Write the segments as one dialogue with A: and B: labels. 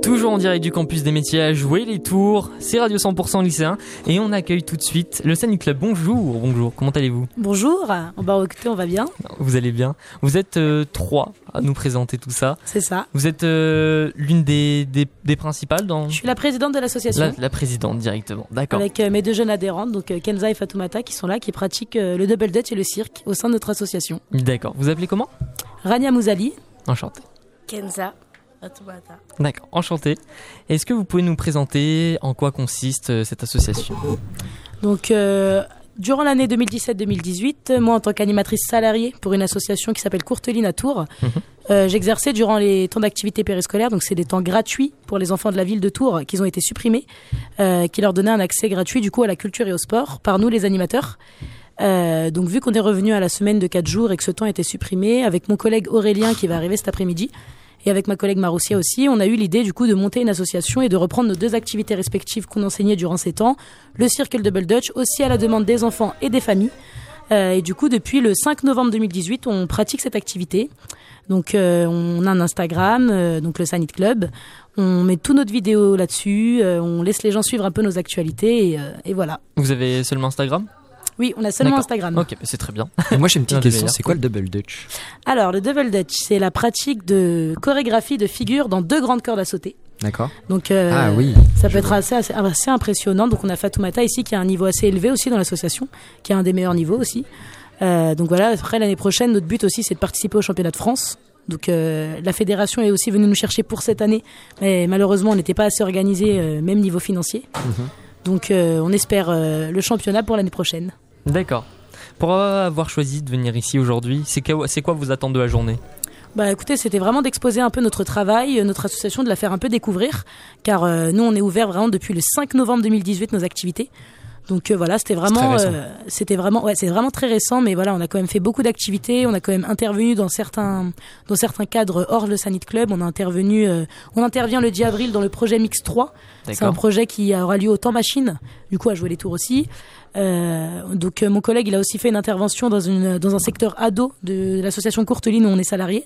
A: Toujours en direct du campus des métiers à jouer les tours, c'est Radio 100% lycéen et on accueille tout de suite le Scénic Club. Bonjour, bonjour, comment allez-vous
B: Bonjour, on va écouter, on va bien,
A: Vous allez bien Vous êtes euh, trois à nous présenter tout ça.
B: c'est ça.
A: Vous êtes euh, l'une des, des, des principales dans
B: Je suis la présidente de l'association
A: la, la présidente directement, d'accord.
B: avec euh, mes deux jeunes adhérentes, donc euh, Kenza et Fatoumata, qui sont là, qui pratiquent euh, le double dutch et le cirque au sein de notre association.
A: D'accord, vous appelez comment
B: Rania Mouzali,
A: Enchanté.
C: Kenza Automata.
A: D'accord, enchanté. Est-ce que vous pouvez nous présenter en quoi consiste euh, cette association
B: donc euh, durant l'année 2017-2018, euh, moi en tant qu'animatrice salariée pour une association qui s'appelle Courteline à Tours,
A: Mhm.
B: euh, j'exerçais durant les temps d'activité périscolaire, donc c'est des temps gratuits pour les enfants de la ville de Tours qui ont été supprimés, euh, qui leur donnaient un accès gratuit du coup à la culture et au sport par nous les animateurs. Euh, donc vu qu'on est revenu à la semaine de 4 jours et que ce temps était supprimé, avec mon collègue Aurélien qui va arriver cet après-midi et avec ma collègue Maroussia aussi, on a eu l'idée du coup de monter une association et de reprendre nos deux activités respectives qu'on enseignait durant ces temps, le cirque et le double dutch, aussi à la demande des enfants et des familles. Euh, et du coup, depuis le 5 novembre 2018, on pratique cette activité. Donc euh, on a un Instagram, euh, donc le Sanit Club. On met toutes notre vidéo là-dessus, euh, on laisse les gens suivre un peu nos actualités et, euh, et voilà.
A: Vous avez seulement Instagram
B: Oui, on a seulement
A: D'accord.
B: Instagram.
A: Ok, bah c'est très bien.
D: Et moi j'ai une petite
A: Non, des
D: question,
A: meilleurs.
D: c'est quoi le double dutch
B: Alors, le double dutch, c'est la pratique de chorégraphie de figures dans deux grandes cordes à sauter.
D: D'accord
B: Donc, euh,
D: Ah oui.
B: ça
D: je
B: peut être
D: vois.
B: assez, assez, assez impressionnant. Donc, on a Fatoumata ici qui a un niveau assez élevé aussi dans l'association, qui a un des meilleurs niveaux aussi. Euh, donc voilà, après l'année prochaine, notre but aussi c'est de participer au championnat de France. Donc euh, la fédération est aussi venue nous chercher pour cette année, mais malheureusement on n'était pas assez organisé, euh, même niveau financier.
D: Mhm.
B: Donc euh, on espère euh, le championnat pour l'année prochaine.
A: D'accord. Pour avoir choisi de venir ici aujourd'hui, c'est quoi, c'est quoi vous attendre de la journée
B: Bah écoutez, c'était vraiment d'exposer un peu notre travail, euh, notre association, de la faire un peu découvrir, car euh, nous on est ouvert vraiment depuis le 5 novembre 2018 nos activités. Donc euh, voilà, c'était vraiment,
D: très récent.
B: euh, c'était vraiment, ouais, c'est vraiment très récent, mais voilà, on a quand même fait beaucoup d'activités, on a quand même intervenu dans certains, dans certains cadres hors le Sanit Club, on a intervenu, euh, on intervient le 10 avril dans le projet Mix 3, c'est un
A: D'accord.
B: projet qui aura lieu au temps machine, du coup à jouer les tours aussi. Euh, donc euh, mon collègue, il a aussi fait une intervention dans, une, dans un secteur ado de l'association Courteline où on est salarié.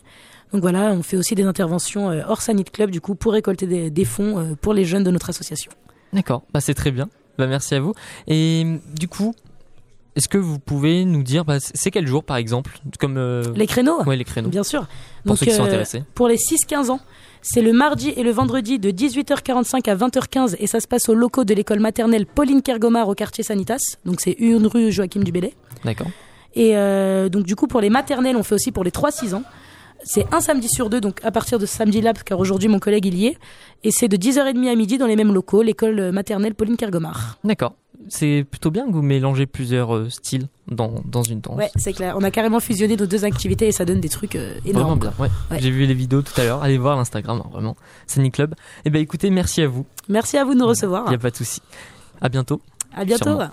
B: Donc voilà, on fait aussi des interventions euh, hors Sanit Club du coup pour récolter des, des fonds euh, pour les jeunes de notre association.
A: D'accord. Bah, c'est très bien. Bah, merci à vous. Et hum, du coup, est-ce que vous pouvez nous dire, bah, c'est- c'est quel jour par exemple Comme euh,
B: Les créneaux,
A: ouais, les créneaux.
B: bien sûr.
A: Pour ceux qui sont
B: euh,
A: intéressés.
B: pour les 6-15 ans, c'est le mardi et le vendredi de 18h45 à 20h15 et ça se passe aux locaux de l'école maternelle Pauline Kergomar au quartier Sanitas. Donc c'est une rue Joachim Dubélé.
A: D'accord.
B: Et euh, donc du coup pour les maternelles, on fait aussi pour les 3-6 ans. C'est un samedi sur deux, donc à partir de ce samedi-là, parce qu'aujourd'hui mon collègue il y est. Et c'est de 10h30 à midi dans les mêmes locaux, l'école euh, maternelle Pauline Kergomar.
A: D'accord. C'est plutôt bien que vous mélangez plusieurs euh, styles dans, dans une danse.
B: Ouais, c'est clair. On a carrément fusionné nos deux activités et ça donne des trucs euh,
A: Vraiment
B: énormes.
A: bien. Ouais.
B: Ouais.
A: J'ai vu les vidéos tout à l'heure. Allez voir l'Instagram, hein, vraiment. Sunny Club. Et ben écoutez, merci à vous.
B: Merci à vous de nous
A: Il
B: recevoir.
A: n'y a pas de souci. À bientôt.
B: À bientôt.
A: Sûrement.